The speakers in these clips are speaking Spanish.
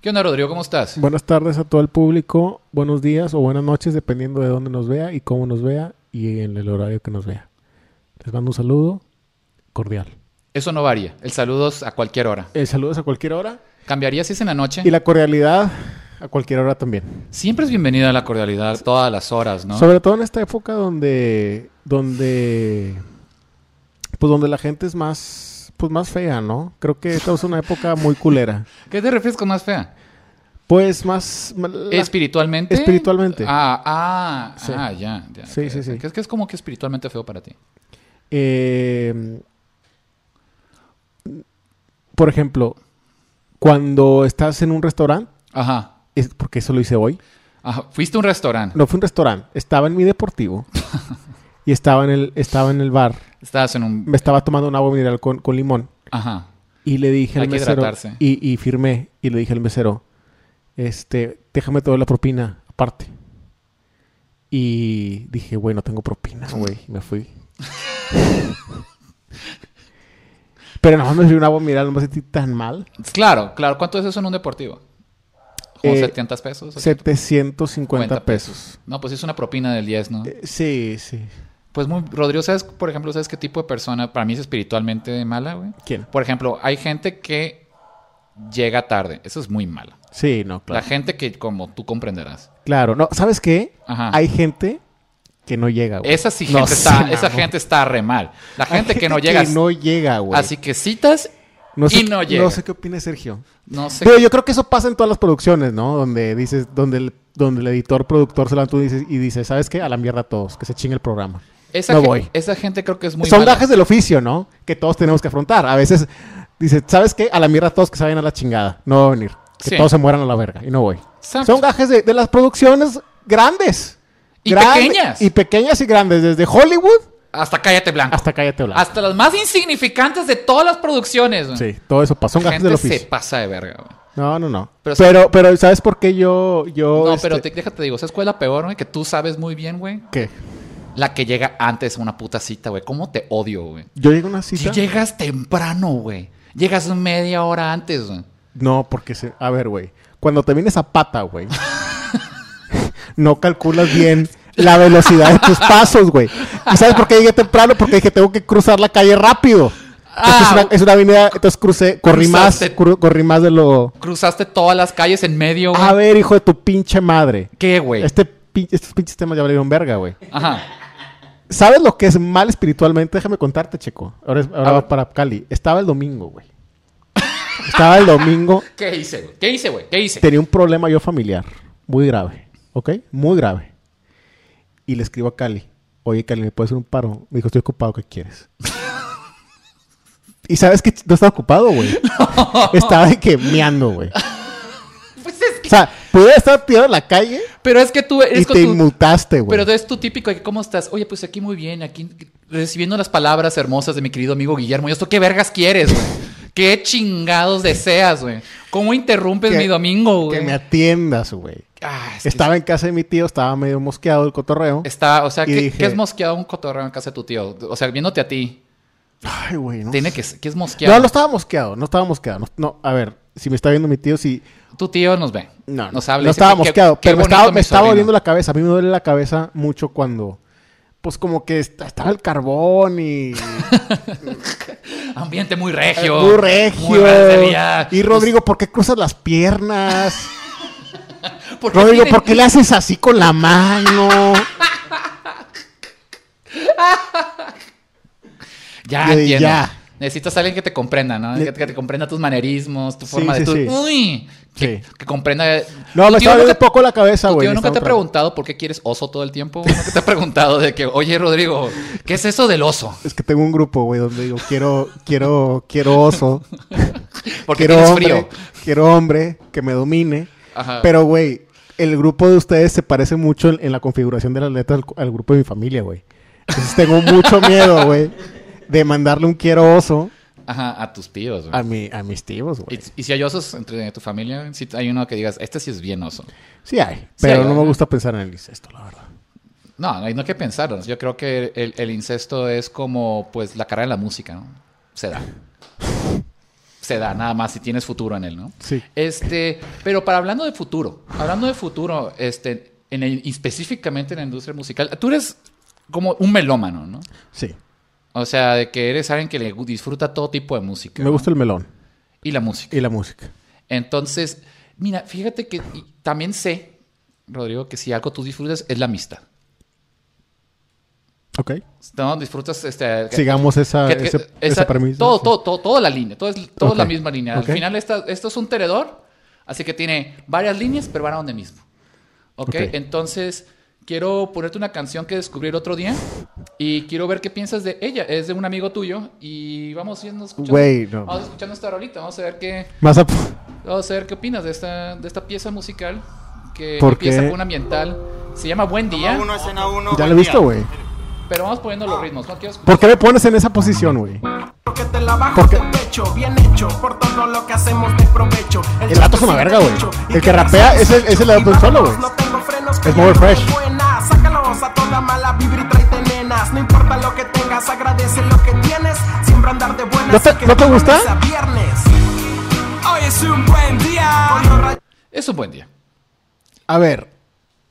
¿Qué onda, Rodrigo? ¿Cómo estás? Buenas tardes a todo el público, buenos días o buenas noches, dependiendo de dónde nos vea y cómo nos vea y en el horario que nos vea. Les mando un saludo cordial. Eso no varía. El saludo es a cualquier hora. Eh, saludos a cualquier hora ¿Cambiaría si es en la noche? y la cordialidad a cualquier hora también. Siempre es bienvenida la cordialidad todas las horas, ¿no? Sobre todo en esta época donde, donde, pues donde la gente es más, pues más fea, ¿no? Creo que esta es una época muy culera. ¿Qué te refresco más fea? Pues más... ma- la- ¿Espiritualmente? Espiritualmente. Ah, ah, Sí. ah, ya, ya. Sí, sí, sí. Que Es que es como que espiritualmente feo para ti. eh, por ejemplo, cuando estás en un restaurante, Ajá. es porque eso lo hice hoy. Ajá. Fuiste a un restaurante. No fue un restaurante, estaba en mi deportivo y estaba en el, estaba en el bar. Estabas en un... Me estaba tomando un agua mineral con, con limón. Ajá. Y le dije Hay al que mesero. hidratarse. Y, y firmé. Y le dije al mesero. Este, déjame toda la propina aparte. Y dije, güey, no tengo propina, güey. Y me fui. Pero nada más me sirvió un agua mineral, no me sentí tan mal. Claro, claro. ¿Cuánto es eso en un deportivo? ¿Como Eh, 70 pesos? 750 50 pesos. No, pues es una propina del 10, ¿no? Eh, Sí, sí. Pues muy... Rodrigo, ¿sabes, por ejemplo, sabes qué tipo de persona para mí es espiritualmente mala, güey? ¿Quién? Por ejemplo, hay gente que llega tarde. Eso es muy malo. Sí, no, La claro. gente que, como tú comprenderás. Claro, no, ¿sabes qué? Ajá. Hay gente que no llega, güey. Esa sí No gente está, sé, esa mamón. gente está re mal. La Hay gente que no llega. Que no llega, güey. así que citas No sé, y no llega. No sé qué opina Sergio. No sé. Pero yo creo que eso pasa en todas las producciones, ¿no? Donde dices, donde el, donde el editor, productor se la tú dices y dice, ¿sabes qué? A la mierda a todos, que se chingue el programa. Esa, no ge- voy. esa gente creo que es muy Son mala. gajes del oficio, ¿no? Que todos tenemos que afrontar. A veces dices, ¿sabes qué? A la mierda a todos que se vayan a la chingada. No voy a venir. Que Sí. todos se mueran a la verga y no voy. Exacto. Son gajes de, de las producciones grandes. Y pequeñas. Y pequeñas y grandes. Desde Hollywood Hasta cállate blanco. Hasta, hasta Cállate Blanco. las más insignificantes de todas las producciones. güey. Sí, todo eso pasa. Son La gajes del gente oficio. se pasa de verga. güey. No, no, no. Pero- Pero, pero, ¿sabes por qué yo... yo No, este, pero te, déjate digo, ¿sabes cuál es la peor, güey? Que tú sabes muy bien, güey. ¿Qué? La que llega antes a una puta cita, güey. ¿Cómo te odio, güey? Yo llego a una Si cita... llegas temprano, güey. Llegas media hora antes, güey. No, porque se... A ver, güey. Cuando te vienes a pata, güey. no calculas bien la velocidad de tus pasos, güey. ¿Y sabes por qué llegué temprano? Porque dije, tengo que cruzar la calle rápido. Entonces, Ah, es, una, es una avenida... Entonces crucé... Corrí Cruzaste. más... cru- corrí más de lo... Cruzaste todas las calles en medio, güey. A ver, hijo de tu pinche madre. ¿Qué, güey? Este pin- Estos pinches temas ya valieron verga, güey. Ajá. ¿Sabes lo que es mal espiritualmente? Déjame contarte, Checo. Ahora, es- ahora A va ver. para Cali. Estaba el domingo, güey. Estaba el domingo. ¿Qué hice, güey? ¿Qué hice, güey? ¿Qué hice? Tenía un problema yo familiar. Muy grave. ¿Ok? Muy grave. Y le escribo a Cali. Oye, Cali, ¿me puedes hacer un paro? Me dijo, estoy ocupado. ¿Qué quieres? y sabes que ch- no estaba ocupado, güey. Estaba de que meando, güey. Pues es que- O sea, pudiera estar tirado en la calle Pero es que tú y eres con te tu- inmutaste, güey. Pero es tu típico, de que, ¿cómo estás? Oye, pues aquí muy bien, aquí recibiendo las palabras hermosas de mi querido amigo Guillermo. ¿Y esto qué vergas quieres, güey? ¿Qué chingados deseas, güey? ¿Cómo interrumpes Que- mi domingo, güey? Que me atiendas, güey. Ah, es que- Estaba en casa de mi tío, estaba medio mosqueado el cotorreo. está- o sea, y ¿qué, dije- qué es mosqueado un cotorreo en casa de tu tío? O sea, viéndote a ti. Ay, güey, no. Tiene que ser- ¿Qué es mosqueado? No, no estaba mosqueado, no estaba mosqueado. No, no, a ver, si me está viendo mi tío, si. Tu tío nos ve. No, nos habla. y no dice, estaba "Qué- mosqueado, qué pero me bonito estaba, mi me estaba sobrino". doliendo la cabeza. A mí me duele la cabeza mucho cuando. Pues como que est- estaba el carbón y. Ambiente muy Pues regio. muy regio. Muy rancería. y Rodrigo, ¿por qué cruzas las piernas? ¿Por qué Rodrigo, tiene- ¿por qué le haces así con la mano? Ya Yo dije, entiendo. ya. Necesitas a alguien que te comprenda, ¿no? Que, Ne- que te comprenda tus manerismos, tu Sí, forma de... sí, tu- sí. Uy, que, Sí. que comprenda... No, Tu me tío estaba doliendo un nunca- poco la cabeza, tu güey. tío nunca estaba te ha otra vez. preguntado por qué quieres oso todo el tiempo. Nunca te ha preguntado de que, oye, Rodrigo, ¿qué es eso del oso? Es que tengo un grupo, güey, donde digo, quiero, quiero, quiero oso. Porque quiero tienes hombre, frío. Ah. quiero hombre que me domine. Ajá. Pero, güey, el grupo de ustedes se parece mucho en, en la configuración de las letras al, al grupo de mi familia, güey. Entonces tengo mucho miedo, güey, de mandarle un quiero oso Ajá, a tus tíos, güey. a, mi, a mis tíos, Y, Ah, güey. y si hay osos entre tu familia, si hay uno que digas, este sí es bien oso. Sí hay, pero hay, no me ¿verdad? gusta pensar en el incesto, la verdad. No, no hay no hay que pensarlo. Yo creo que el, el incesto es como, pues, la cara de la música, ¿no? Se da. se da, nada más si tienes futuro en él, ¿no? Sí. Este, pero para hablando de futuro, hablando de futuro, este, en el- específicamente en la industria musical, tú eres como un melómano, ¿no? Sí. O sea, de que eres alguien que le gu- disfruta todo tipo de música. Me ¿no? gusta el melón Y la música. y la música. Entonces, mira, fíjate que y también sé, Rodrigo, que si algo tú disfrutas es la amistad. Ok. No, disfrutas este. que- Sigamos esa, que- que- Ah, ese, esa- ese permiso. Todo, Sí. todo, todo, toda la línea. Todo es, todo es la Ok, misma línea. ok. Al final, esta- esto es un tenedor, así que tiene varias líneas, pero van a donde mismo. ¿Ok? Ok. Entonces, quiero ponerte una canción que descubrí el otro día y quiero ver qué piensas de ella. Es de un amigo tuyo y vamos yendo escuchando. Güey, no. Vamos escuchando esta rolita. Vamos a ver qué. Más a- Vamos a ver qué opinas de esta, de esta pieza musical que ¿Por empieza qué? con un ambiental. Se llama Buen Día, Uno, escena uno, Ya buen lo he visto, día. güey. pero vamos poniendo los ritmos. No quiero escuchar. ¿Por qué me pones en esa posición, güey? Porque te la bajo Porque- del pecho, bien hecho. Por todo lo que hacemos de provecho. El vato es una verga, güey. El que rapea es el- es el de Adult Solo, güey. No tengo frenos, Es Mover Fresh. Buena. Sácalos a toda mala vibra y tráete nenas. No importa lo que tengas, agradece lo que tienes. Siempre andar de buenas. ¿No te- y que no te de gusta? lunes a viernes. Hoy es un buen día. Cuando ra- Es un buen día. A ver,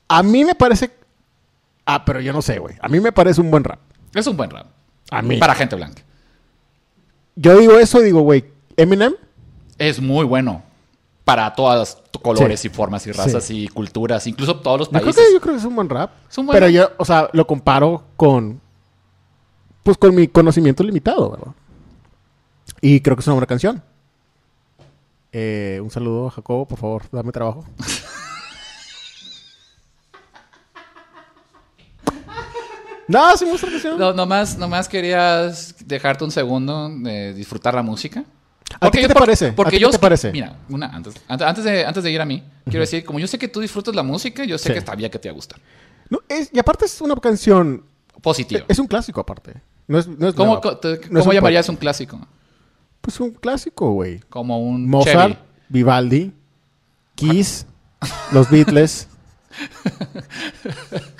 a mí me parece. Ah, pero yo no sé, güey. A mí me parece un buen rap. Es un buen rap. A mí. Para gente blanca. Yo digo eso y digo, güey, Eminem, Es muy bueno. Para todas t- colores Sí. y formas y razas y culturas, incluso todos los yo creo, países. que, yo creo que es un buen rap. Es un buen pero rap. yo, o sea, lo comparo con. Pues con mi conocimiento limitado, ¿verdad? Y creo que es una buena canción. Eh, un saludo a Jacobo, por favor, dame trabajo. no, sí me gusta la canción. No, nomás, nomás querías dejarte un segundo de disfrutar la música. ¿A ti qué te por- parece? ¿A Porque ti yo qué te parece? Mira, una antes, an- antes, de, antes de ir a mí, quiero decir, como yo sé que tú disfrutas la música, yo sé Sí. que sabía que te iba a gustar. No, es- y aparte es una canción. Positivo. Es un clásico, aparte. No es, no es ¿Cómo, nueva. co- te- No es cómo un llamarías pop. un clásico? Pues un clásico, güey. Como un Mozart, Chevy. Vivaldi, Kiss, los Beatles,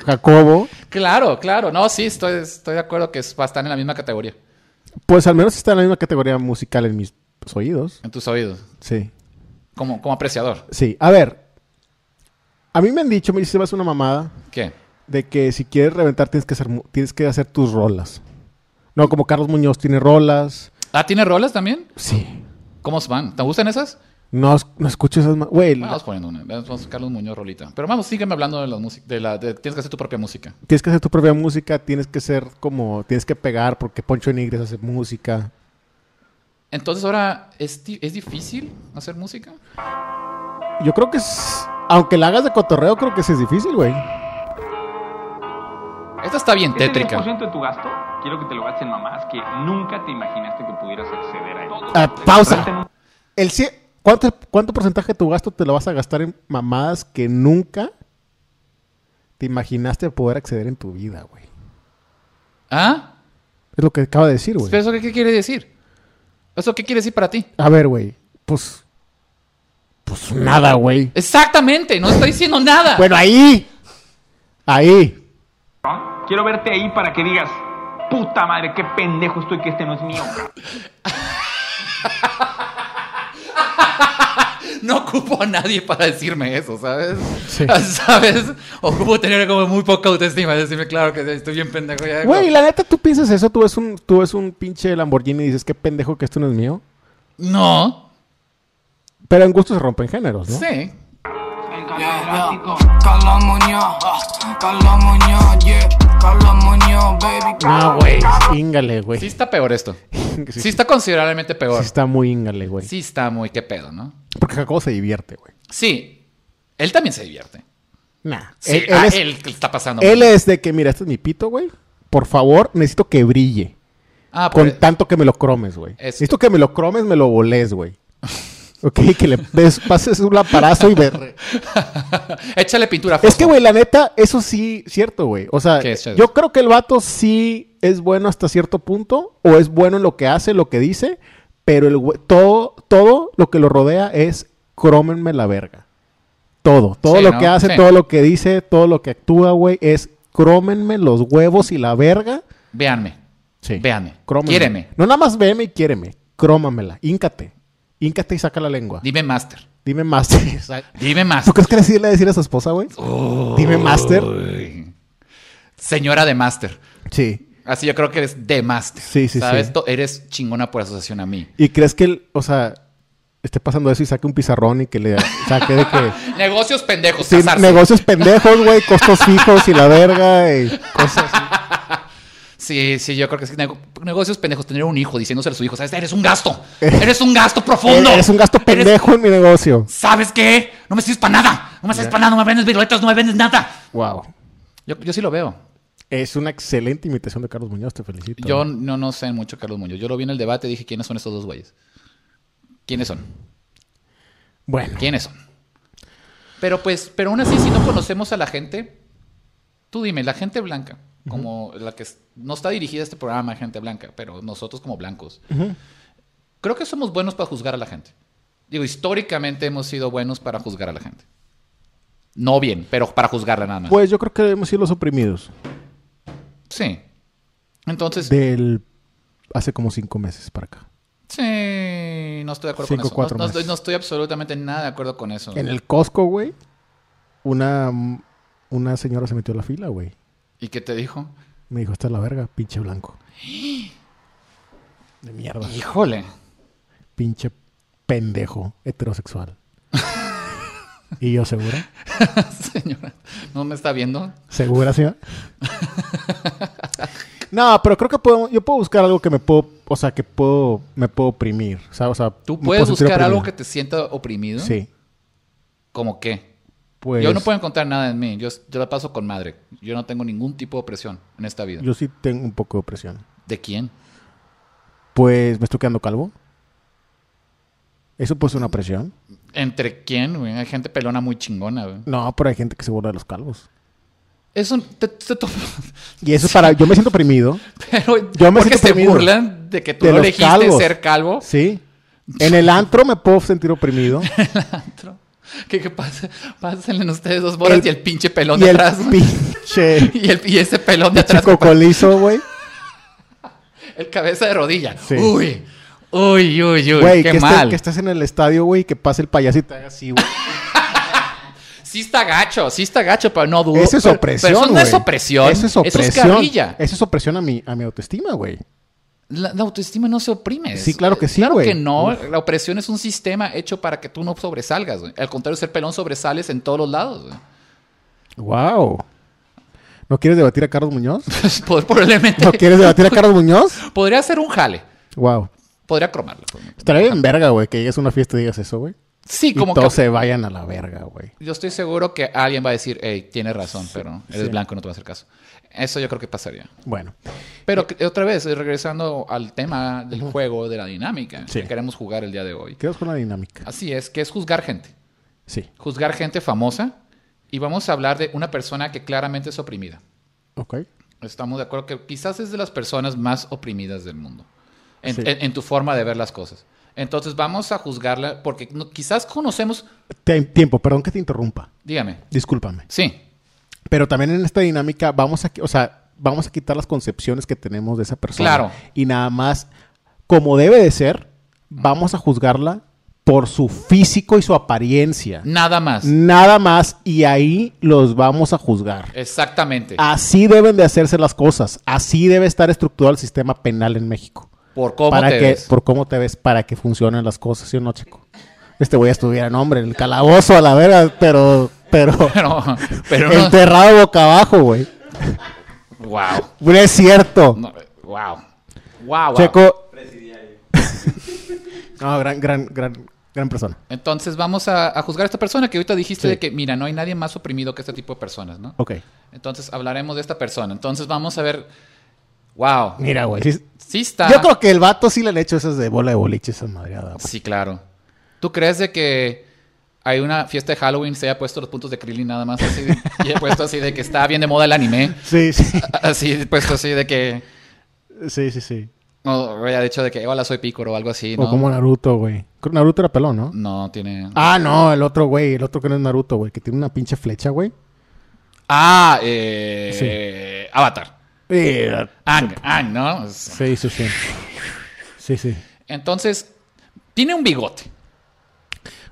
Jacobo. Claro, claro. No, sí, estoy, estoy de acuerdo que es- va a estar en la misma categoría, Pues al menos está en la misma categoría musical en mis pues, oídos. en tus oídos, Sí. como, como apreciador. Sí. A ver. A mí me han dicho, me dice, vas una mamada, ¿Qué? de que si quieres reventar tienes que hacer, mu- tienes que hacer tus rolas. No, como Carlos Muñoz tiene rolas. Ah, ¿tiene rolas también? Sí. ¿Cómo se van? ¿Te gustan esas? No, es- no escucho esas... ma- Güey, la- Vamos poniendo una. Vamos a Carlos Muñoz rolita. Pero vamos, sígueme hablando de la música. De la, de- tienes que hacer tu propia música. tienes que hacer tu propia música, tienes que ser como, tienes que pegar porque Poncho de Nigres hace música. Entonces ahora, ¿es, di- ¿es difícil hacer música? Yo creo que es, aunque la hagas de cotorreo, creo que sí es difícil, güey. Esta está bien Ese tétrica. 10% de tu gasto, quiero que te lo gastes en mamás que nunca te imaginaste que pudieras acceder a él. Ah, Renta en pausa. un El cie- ¿cuánto, ¿Cuánto porcentaje de tu gasto te lo vas a gastar en mamadas que nunca te imaginaste poder acceder en tu vida, güey? ¿Ah? Es lo que acaba de decir, güey. ¿Pero eso qué, qué quiere decir? ¿Eso qué quiere decir para ti? A ver, güey, pues... Pues nada, güey. Exactamente, no está diciendo nada. Bueno, ahí. Ahí. ¿no? Quiero verte ahí para que digas, puta madre, qué pendejo estoy que este no es mío. cabrón". No ocupo a nadie para decirme eso, ¿sabes? Sí. ¿Sabes? Ocupo tener como muy poca autoestima. Decirme, claro que estoy bien pendejo. Ya, Güey, la neta, tú piensas eso, tú ves un, tú ves un pinche Lamborghini y dices, qué pendejo que esto no es mío. No. Pero en gusto se rompen géneros, ¿no? Sí. Carlos Muñoz, Carlos Muñoz, yeah, Carlos Muñoz, baby. No, güey. Íngale, güey. Ah, Sí está peor esto. Sí, Sí está considerablemente peor. Sí está muy íngale, güey. Sí está muy qué pedo, ¿no? Porque Jacobo se divierte, güey. Sí. Él también se divierte. Nah. Sí, él, ah, él es, él que está pasando. él es de que, mira, este es mi pito, güey. Por favor, necesito que brille. Ah, Con pues, tanto que me lo cromes, güey. Es- Necesito que me lo cromes, me lo volés, güey. ok, que le des- pases un lamparazo y ver. pues, échale pintura. Es que, fosfo. güey, la neta, eso sí, cierto, güey. O sea, ¿Qué es eso? yo creo que el vato sí es bueno hasta cierto punto, o es bueno en lo que hace, lo que dice, pero el güey- todo, todo lo que lo rodea es crómenme la verga. Todo, todo Sí, lo ¿no? que hace, Sí. todo lo que dice, todo lo que actúa, güey, es crómenme los huevos y la verga. Véanme. Sí. Véanme. Crómenme. Quiéreme. No nada más veme y quiéreme, crómamela, íncate. Híncate y saca la lengua. Dime master. Dime master. Exacto. Dime ¿Tú master. crees que le decirle decir a su esposa, güey? Oh. Dime master. Uy. Señora de master. Sí. Así yo creo que eres de master. Sí, sí, ¿Sabes? sí. To- Eres chingona por asociación a mí. ¿Y crees que, el- o sea, esté pasando eso y saque un pizarrón y que le saque de que... Negocios pendejos. Sí, casarse. negocios pendejos, güey, costos fijos y la verga y cosas. Sí, sí, yo creo que sí. Nego- negocios pendejos. Tener un hijo diciéndosele a su hijo, ¿sabes? Eres un gasto. Eres un gasto profundo. Es Eh, un gasto Eres- pendejo en mi negocio. ¿Sabes qué? No me sirves para nada. No me sirves para nada. No me vendes viruletas, no me vendes nada. Wow. Yo, yo sí lo veo. Es una excelente imitación de Carlos Muñoz, te felicito. Yo no, no sé mucho Carlos Muñoz. Yo lo vi en el debate y dije, ¿quiénes son estos dos güeyes? ¿Quiénes son? Bueno, ¿Quiénes son? Pero pues, pero aún así, si no conocemos a la gente, tú dime, la gente blanca, como la que es- no está dirigida este programa, gente blanca, pero nosotros como blancos, creo que somos buenos para juzgar a la gente. Digo, históricamente hemos sido buenos para juzgar a la gente. No bien, pero para juzgarla nada más. pues yo creo que debemos ir los oprimidos sí. Entonces, del... Hace como cinco meses para acá. sí, no estoy de acuerdo con eso. Cinco, No- cuatro No, estoy, meses. no estoy absolutamente nada de acuerdo con eso. En el Costco, güey, una, una señora se metió a la fila, güey. ¿Y qué te dijo? Me dijo, esta es la verga, pinche blanco. De mierda. Híjole. Pinche pendejo heterosexual. ¿Y yo segura? Señora, ¿no me está viendo? ¿Segura, señora? no, pero creo que puedo, yo puedo buscar algo que me puedo, o sea, que puedo, me puedo oprimir. O sea, o sea, ¿Tú me puedes puedo sentir buscar algo que oprimido. te sienta oprimido? Sí, ¿Cómo qué? pues... Yo no puedo encontrar nada en mí. Yo, yo la paso con madre. Yo no tengo ningún tipo de opresión en esta vida. Yo sí tengo un poco de opresión. ¿De quién? Pues, ¿me estoy quedando calvo? ¿Eso pues una presión? ¿Entre quién, güey? Hay gente pelona muy chingona, güey. No, pero hay gente que se burla de los calvos. Eso te, te to- Y eso es para... Yo me siento oprimido. Pero Yo me porque siento se oprimido. burlan de que tú De no los elegiste calvos. ser calvo. Sí. En el antro me puedo sentir oprimido. ¿Qué, qué pasa? Pásenle ustedes dos bolas El- y el pinche pelón y de el atrás. güey. pinche Y, el, y ese pelón de atrás. chico colizo, güey. El cabeza de rodilla. Sí. Uy. Uy, uy, uy. Güey, qué que, estés- mal. que este- estés en el estadio, güey, que pase el payaso y te haga así, güey. Sí está gacho, sí está gacho, pero no dudo. Eso es pero- opresión, Pero eso no güey. es opresión. Eso es opresión. Eso es carrilla. Eso es opresión a mi, a mi autoestima, güey. La, la autoestima no se oprime. Sí, Es- claro que sí, Claro güey. que no. La opresión es un sistema hecho para que tú no sobresalgas, güey. Al contrario, ser pelón sobresales en todos los lados, güey. Wow. ¿No quieres debatir a Carlos Muñoz? Poder- Probablemente. ¿No quieres debatir a Carlos Muñoz? Podría ser un jale. Wow. Podría cromarlo. Estaría bien verga, güey, que llegues a una fiesta y digas eso, güey. Sí, Y como todos que. se vayan a la verga, güey. Yo estoy seguro que alguien va a decir, hey, tienes razón, pero eres blanco, no te va a hacer caso. Eso yo creo que pasaría. Bueno. Pero que- otra vez, eh, regresando al tema del juego, de la dinámica Sí. que queremos jugar el día de hoy. Quedamos con la dinámica. Así es, que es juzgar gente. Sí. juzgar gente famosa y vamos a hablar de una persona que claramente es oprimida. Ok. Estamos de acuerdo que quizás es de las personas más oprimidas del mundo en, en- en tu forma de ver las cosas. Entonces vamos a juzgarla porque no- quizás conocemos, Te- tiempo, perdón que te interrumpa. dígame, Discúlpame. sí, Pero también en esta dinámica vamos a, qui- o sea, vamos a quitar las concepciones que tenemos de esa persona. Claro. Y nada más, como debe de ser, vamos a juzgarla por su físico y su apariencia. nada más. Nada más. Y ahí los vamos a juzgar. Eh. Exactamente. Así deben de hacerse las cosas. Así debe estar estructurado el sistema penal en México. Por cómo para te que, ves. Por cómo te ves, para que funcionen las cosas, ¿sí o no, chico? Este voy a estuviera, no, hombre, en el calabozo a la verga, pero, pero, Pero, pero no- enterrado boca abajo, güey. wow, No es cierto. No, wow, wow, wow. Checo. no, gran, gran, gran, gran persona. Entonces vamos a, a juzgar a esta persona que ahorita dijiste Sí. de que, mira, no hay nadie más oprimido que este tipo de personas, ¿no? Ok. Entonces hablaremos de esta persona. Entonces vamos a ver. Wow. Mira, güey. sí- Sí está. Yo creo que el vato sí le han hecho esas de bola de boliche, esas madreadas. güey. Sí, claro. ¿Tú crees de que hay una fiesta de Halloween se haya puesto los puntos de Krillin nada más así? de- y haya puesto así de que está bien de moda el anime. Sí, sí. Así, puesto así de que. Sí, sí, sí. No, haya dicho de que hola soy Picoro o algo así, O ¿no? como Naruto, güey. Creo que Naruto era pelón, ¿no? No, tiene. Ah, Ah, no, el otro güey, el otro que no es Naruto, güey, que tiene una pinche flecha, güey. eh, Avatar. Eh, Ang, Ang, ¿no? Sí, sí, sí. Sí, sí. Entonces, Tiene un bigote.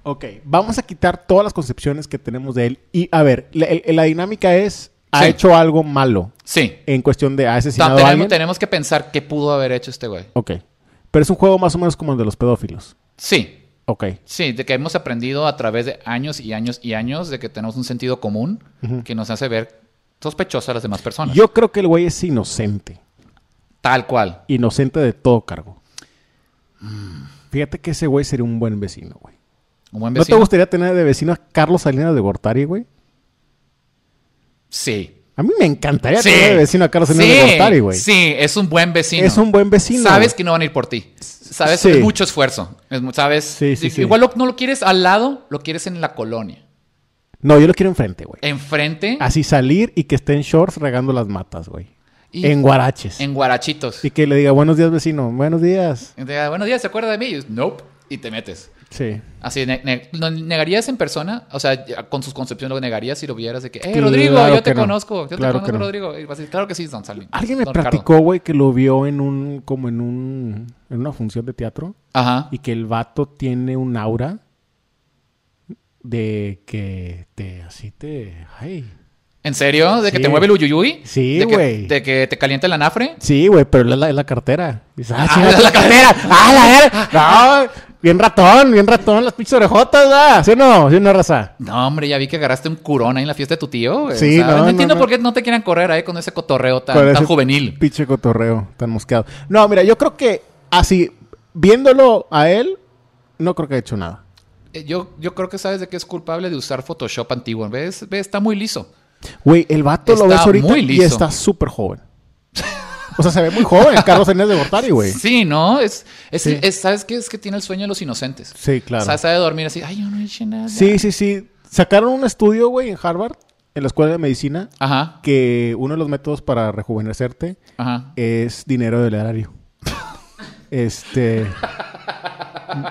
Ok, vamos a quitar todas las concepciones que tenemos de él. Y a ver, la, el- la dinámica es, ha Sí. hecho algo malo Sí. en cuestión de ha Ta- asesinado a Tenemos, alguien. tenemos que pensar qué pudo haber hecho este güey. Ok, pero es un juego más o menos como el de los pedófilos. Sí. Ok, Sí, de que hemos aprendido a través de años y años y años de que tenemos un sentido común que nos hace ver sospechosos a las demás personas. yo creo que el güey es inocente, Tal cual. inocente de todo cargo. Fíjate que ese güey sería un buen vecino, güey. Un buen ¿No te vecino. gustaría tener de vecino a Carlos Salinas de Gortari, güey? Sí. A mí me encantaría Sí. tener de vecino a Carlos Salinas Sí. de Gortari, güey. Sí, es un buen vecino. Es un buen vecino. Sabes güey. que no van a ir por ti. Sabes Sí. es mucho esfuerzo. Es mu- sabes. Sí, sí, sí. Igual lo- no lo quieres al lado, lo quieres en la colonia. No, yo lo quiero enfrente, güey. Enfrente, Así salir y que esté en shorts regando las matas, güey. Y- En guaraches. en guarachitos. Y que le diga, buenos días, vecino. Buenos días. Y te diga, Buenos días, ¿se acuerda de mí? Y yo, nope. Y te metes. Sí. Así, ne- ne- ¿lo negarías en persona? O sea, ya con sus concepciones lo negarías si lo vieras de que, eh, Claro Rodrigo, yo te que no. conozco, yo Claro te conozco, que no. Rodrigo. Y vas a decir, claro que sí, don Salvin. Alguien me don Ricardo". platicó, güey, que lo vio en un... Como en un... En una función de teatro. Ajá. Y que el vato tiene un aura de que te... Así te... Ay. ¿En serio? ¿De que Sí. te mueve el uyuyuy? Sí, ¿De que- güey. ¿De que te calienta el anafre? Sí, güey, pero es la, es la cartera. Dices, ah, chinga, es la tu cartera. Ah, la verga. No, bien ratón, bien ratón, las pinches orejotas, ah. ¿Sí o no? ¿Sí o no, raza? No, hombre, ya vi que agarraste un curón ahí en la fiesta de tu tío. güey. Sí, O sea, no, no, no, entiendo no. por qué no te quieran correr ahí con ese cotorreo tan, Con tan ese juvenil. Pinche cotorreo, tan mosqueado. No, mira, yo creo que así, viéndolo a él, no creo que haya hecho nada. Eh, Yo, yo creo que sabes de qué es culpable de usar Photoshop antiguo. ¿Ves? ¿Ves? Está muy liso. Güey, el vato lo Está ves ahorita muy y liso. está súper joven. O sea, se ve muy joven, Carlos Inés de Gortari, güey. Sí, ¿no? Es, es, Sí. es- ¿Sabes qué? Es que tiene el sueño de los inocentes. Sí, claro. O sea, sabe dormir así. Ay, yo no hice nada. Sí, sí, sí. Sacaron un estudio, güey, en Harvard, en la Escuela de Medicina, Ajá, que uno de los métodos para rejuvenecerte ajá. es dinero del erario. Este.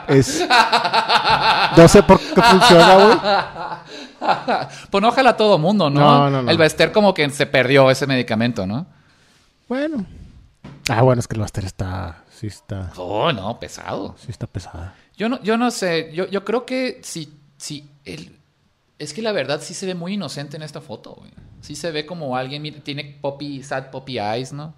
Es. No sé por qué funciona, güey. Pues no ojalá a todo mundo, ¿no? No, no, no. El Bester como que se perdió ese medicamento, ¿no? Bueno. Ah, bueno, es que el Buster está. Sí está. Oh, no, pesado. Sí está pesada. Yo no, yo no sé. Yo, yo creo que si, si él... Es que la verdad sí se ve muy inocente en esta foto, güey. Sí se ve como alguien... mira, tiene poppy, sad poppy eyes, ¿no?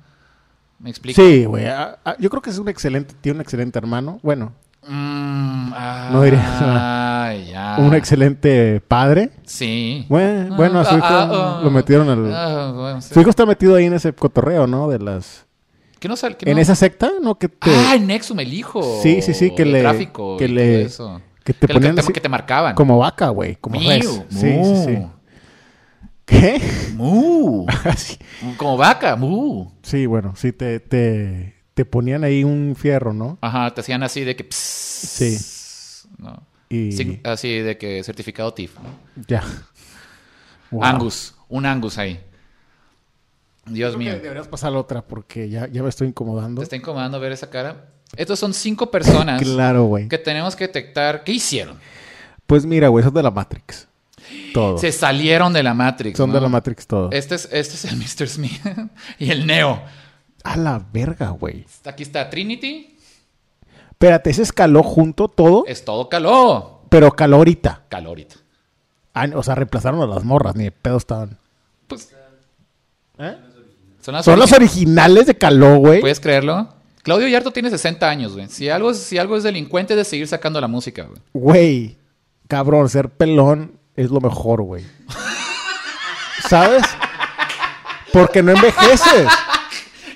¿Me explico? Sí, güey. ah, ah, Yo creo que es un excelente. Tiene un excelente hermano. Bueno, Mm, ah, No diría nada. ay, ya. un excelente padre. Sí. Bue- bueno, a su Ah, hijo ah, ah, lo metieron al- ah, bueno, sí. Su hijo está metido ahí en ese cotorreo, ¿no? De las. Que no sal- que En no- esa secta, ¿no? Que te. Ah, en Nexum, el hijo. Sí, sí, sí, que de le- Tráfico que y le- todo eso. que te ponían Que, así- que te marcaban. Como vaca, güey. Como Miu, res. Sí, sí, sí. mu, ¿Qué? mu. Así. Como vaca, mu. sí, bueno, sí, te, te, te ponían ahí un fierro, ¿no? Ajá, te hacían así de que. pss, ¿no? Y Sí, Así de que certificado TIF. ¿no? ya. Wow. Angus, un Angus ahí. Dios Creo que mío. Deberías pasar a otra porque ya, ya me estoy incomodando. Te está incomodando ver esa cara. Estos son cinco personas Claro, güey. que tenemos que detectar. ¿Qué hicieron? Pues mira, güey, son de la Matrix. Todo. Se salieron de la Matrix. son ¿no? de la Matrix todo. Este es, este es el Mr. Smith y el Neo. A la verga, güey. Aquí está Trinity. Espérate, ese escaló junto todo, Es todo calor. pero caló ahorita. Calorita. Ah, o sea, reemplazaron a las morras, ni de pedo estaban. Pues, ¿Eh? son las, Son los origi- originales de caló, güey. ¿Puedes creerlo? Claudio Yarto tiene 60 años, güey. Si algo, es- si algo es delincuente es de seguir sacando la música, güey. Güey, cabrón, ser pelón es lo mejor, güey. ¿Sabes? Porque no envejeces.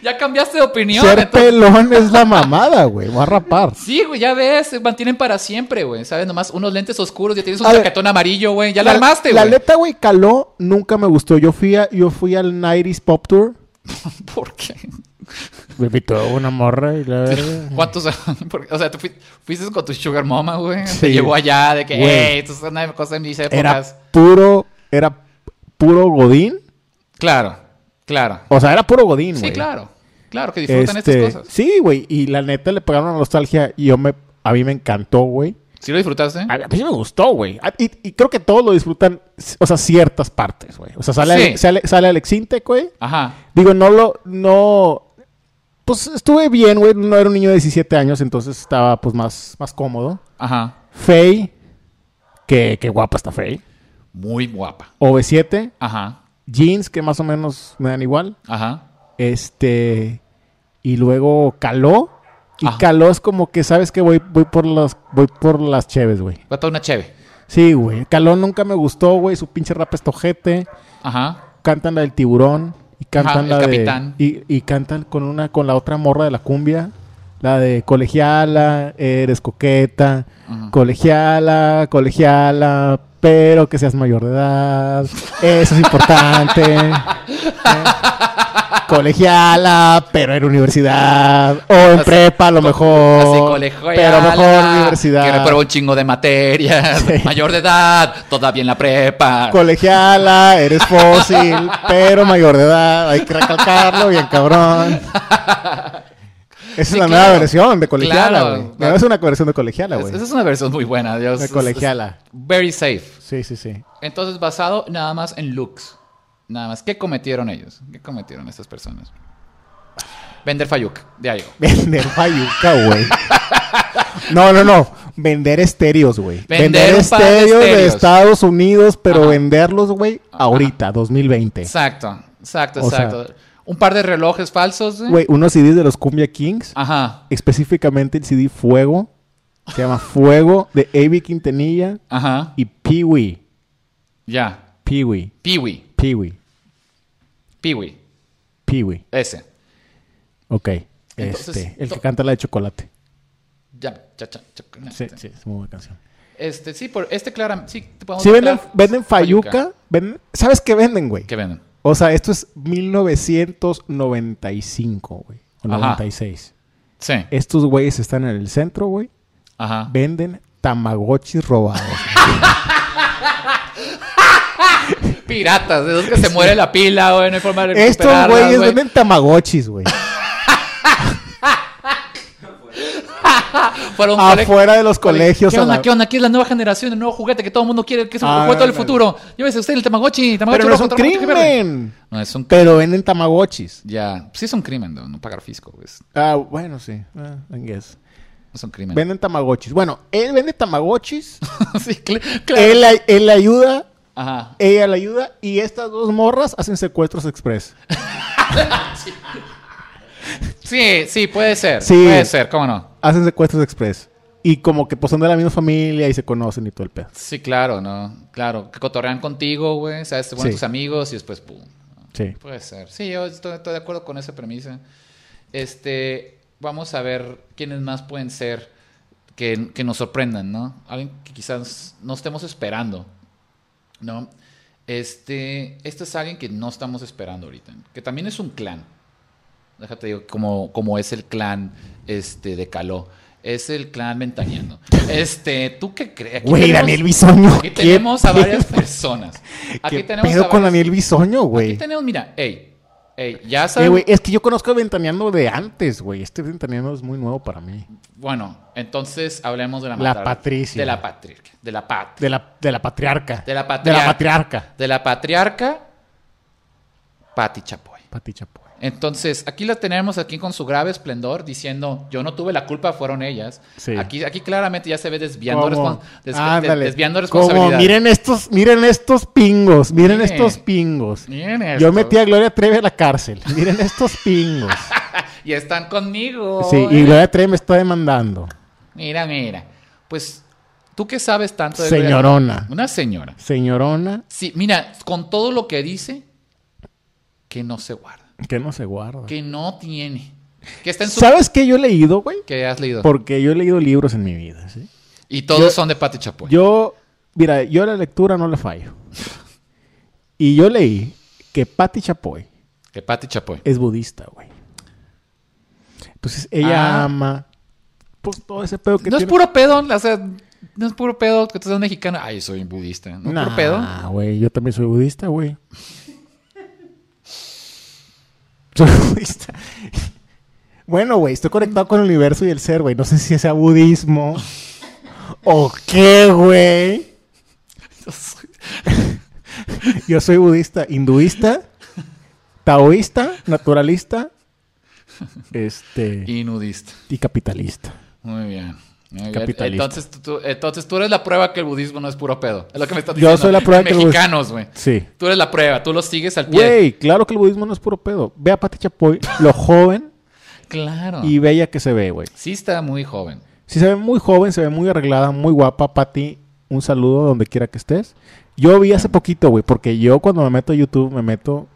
Ya cambiaste de opinión. Ser entonces- pelón es la mamada, güey. Va a rapar. Sí, güey, ya ves, se mantienen para siempre, güey. ¿Sabes? Nomás unos lentes oscuros, ya tienes un A ver. chaquetón amarillo, güey. Ya la, armaste, La güey. neta, güey, caló, nunca me gustó. Yo fui, a- yo fui al 90s Pop Tour. ¿Por qué? Me invitó una morra y la verga. ¿Cuántos? porque, o sea, tú fui- fuiste con tu sugar mama, güey. Sí. Te llevó allá de que, Güey. hey, esto es una cosa de mis Era épocas. puro, era puro Godín. Claro, claro. O sea, era puro Godín, güey. Sí, claro. Claro, que disfrutan Este, estas cosas. Sí, güey. Y la neta le pegaron a la nostalgia y yo me, a mí me encantó, güey. ¿Sí lo disfrutaste? A a mí sí me gustó, güey. A- Y, y creo que todos lo disfrutan, o sea, ciertas partes, güey. O sea, sale, Sí. Ale- sale, sale Alex Intec, güey. Ajá. Digo, no lo, no... Pues estuve bien, güey. No era un niño de 17 años, entonces estaba pues más, más cómodo. Ajá. Fey, que, que guapa está Fey. Muy guapa. OV7, Ajá. jeans, que más o menos me dan igual. Ajá. Este. Y luego Caló. Y Ajá. Caló es como que sabes que voy, voy por las. Voy por las cheves, güey. Va toda una cheve. Sí, güey. Caló nunca me gustó, güey. Su pinche rap es tojete. Ajá. Cantan la del tiburón. Y cantan el la de. capitán. Y, y cantan con una, con la otra morra de la cumbia. La de colegiala, eres coqueta, colegiala, colegiala, pero que seas mayor de edad, eso es importante. ¿Eh? Colegiala, pero en universidad, o en Así- prepa a lo mejor, Así colegio. pero mejor en Que universidad. reprobó un chingo de materias. Sí. Mayor de edad. Todavía en la prepa. Colegiala, eres fósil, pero mayor de edad. Hay que recalcarlo, bien cabrón. Esa es la nueva claro. versión de colegiala, Claro. güey. No, es una versión de colegiala, Es- güey. Esa es una versión muy buena. Dios. De Es- es- colegiala. Very safe. Sí, sí, sí. Entonces, basado nada más en looks. Nada más. ¿Qué cometieron ellos? ¿Qué cometieron estas personas? Vender Fayuk. Ya llegó. Vender payuca, güey. No, no, no. Vender estéreos, güey. Vender Vender, un par de estéreos de estéreos. Estados Unidos, pero Ajá. venderlos, güey, ahorita, 2020. Exacto. Exacto, O sea- exacto. Un par de relojes falsos. güey. Güey, unos CDs de los Cumbia Kings. Ajá. Específicamente el CD Fuego. Se llama Fuego de Avi Quintanilla Ajá. y Pee-Wee. Ya. Pee-Wee. Piwi. Pee-Wee. Piwi. Pee-Wee. Ese. Ok. Entonces, este, el que to- canta la de chocolate. Ya, cha, cha, cha, cha. Sí, sí, es muy buena canción. Este, sí, por este claramente. Sí, te podemos Si venden, comprar venden fayuca, venden- ¿sabes qué venden, güey? ¿Qué venden? O sea, esto es 1995, güey. O Ajá. 96. Sí. Estos güeyes están en el centro, güey. Ajá. Venden tamagotchis robados. güey. Piratas, de esos que se muere la pila, güey. No hay forma de Estos recuperarla, güeyes güey. venden tamagotchis, güey. Fueron cole- afuera de los colegios. ¿Qué a onda? la- ¿Qué onda? Aquí es la nueva generación, el nuevo juguete que todo el mundo quiere, que es un Ah, juguete del ándale. futuro. Llévese usted el Tamagotchi. Tamagotchi Pero no es un rojo, Tamagotchi verde. crimen. No, es un crimen. Pero venden tamagotchis. Ya. Sí es un crimen, no, no pagar fisco, güey. Es- Ah, bueno, sí. Ah, I guess. Es un crimen. Venden tamagotchis. Bueno, él vende tamagotchis. sí, cl- claro. él, la- él la ayuda, Ajá. ella la ayuda. Y estas dos morras hacen secuestros express. Sí, sí, puede ser. Sí. Puede ser, cómo no. Hacen secuestros express. Y como que pues son de la misma familia y se conocen y todo el pedo. Sí, claro, ¿no? Claro, que cotorrean contigo, güey, sabes, te ponen Sí. tus amigos y después, pum. Sí. Puede ser. Sí, yo estoy, estoy de acuerdo con esa premisa. Este, vamos a ver quiénes más pueden ser que, que nos sorprendan, ¿no? Alguien que quizás no estemos esperando, ¿no? Este, este es alguien que no estamos esperando ahorita, que también es un clan. Déjate digo, como, como es el clan este, de Caló. Es el clan ventaneando. Este, ¿tú qué crees? Aquí Güey, tenemos- Daniel Bisoño. Aquí ¿qué tenemos a pedo? varias personas. Aquí ¿Qué tenemos pedo a con varias- Daniel Bisoño, Aquí güey? tenemos, mira, ey, ey, ya Eh, sabes. güey, es que yo conozco a Ventaneando de antes, güey. Este Ventaneando es muy nuevo para mí. bueno, entonces hablemos de la La matar- Patricia. De la patriarca. De la pat. De la, de la patriarca. De la De patriarca. la patriarca. De la patriarca, Pati Chapoy. Pati Chapoy. Entonces, aquí la tenemos aquí con su grave esplendor diciendo, yo no tuve la culpa, fueron ellas. Sí. Aquí, aquí claramente ya se ve desviando, Como- respon- des- ándale. des- desviando Como, responsabilidad. miren estos, miren estos pingos, miren Miren. estos pingos. Miren esto. Yo metí a Gloria Trevi a la cárcel. Miren estos pingos. Y están conmigo. Sí, y ¿eh? Gloria Trevi me está demandando. Mira, mira. Pues, ¿tú qué sabes tanto de Gloria? Señorona. Una señora. Señorona Sí, mira, con todo lo que dice, que no se guarda, que no se guarda. que no tiene, que está en su... ¿Sabes qué yo he leído, güey? que has leído. Porque yo he leído libros en mi vida, ¿sí? y todos son de Pati Chapoy. Yo, mira, yo a la lectura no le fallo. Y yo leí que Patti Chapoy que Pati Chapoy. es budista, güey. Entonces ella Ah. ama pues todo ese pedo que No es tiene. puro pedo, o sea, no es puro pedo que tú seas mexicano. Ay, soy budista. No es Nah, puro pedo. güey, yo también soy budista, güey. Soy budista. Bueno, güey, estoy conectado con el universo y el ser, güey. No sé si sea budismo o qué, güey. Yo soy budista, hinduista, taoísta, naturalista este y, Y nudista. capitalista. Muy bien. Muy bien. Capitalista. Entonces tú, tú- entonces tú eres la prueba que el budismo no es puro pedo. Es lo que me estás Yo diciendo. soy la prueba que el bus- Mexicanos, güey. Sí. Tú eres la prueba. Tú los sigues al pie. Güey, claro que el budismo no es puro pedo. Ve a Pati Chapoy, lo joven Claro. y bella que se ve, güey. Sí está muy joven. Sí se ve muy joven, se ve muy arreglada, muy guapa, Pati. Un saludo donde quiera que estés. Yo vi hace poquito, güey, porque yo cuando me meto a YouTube me meto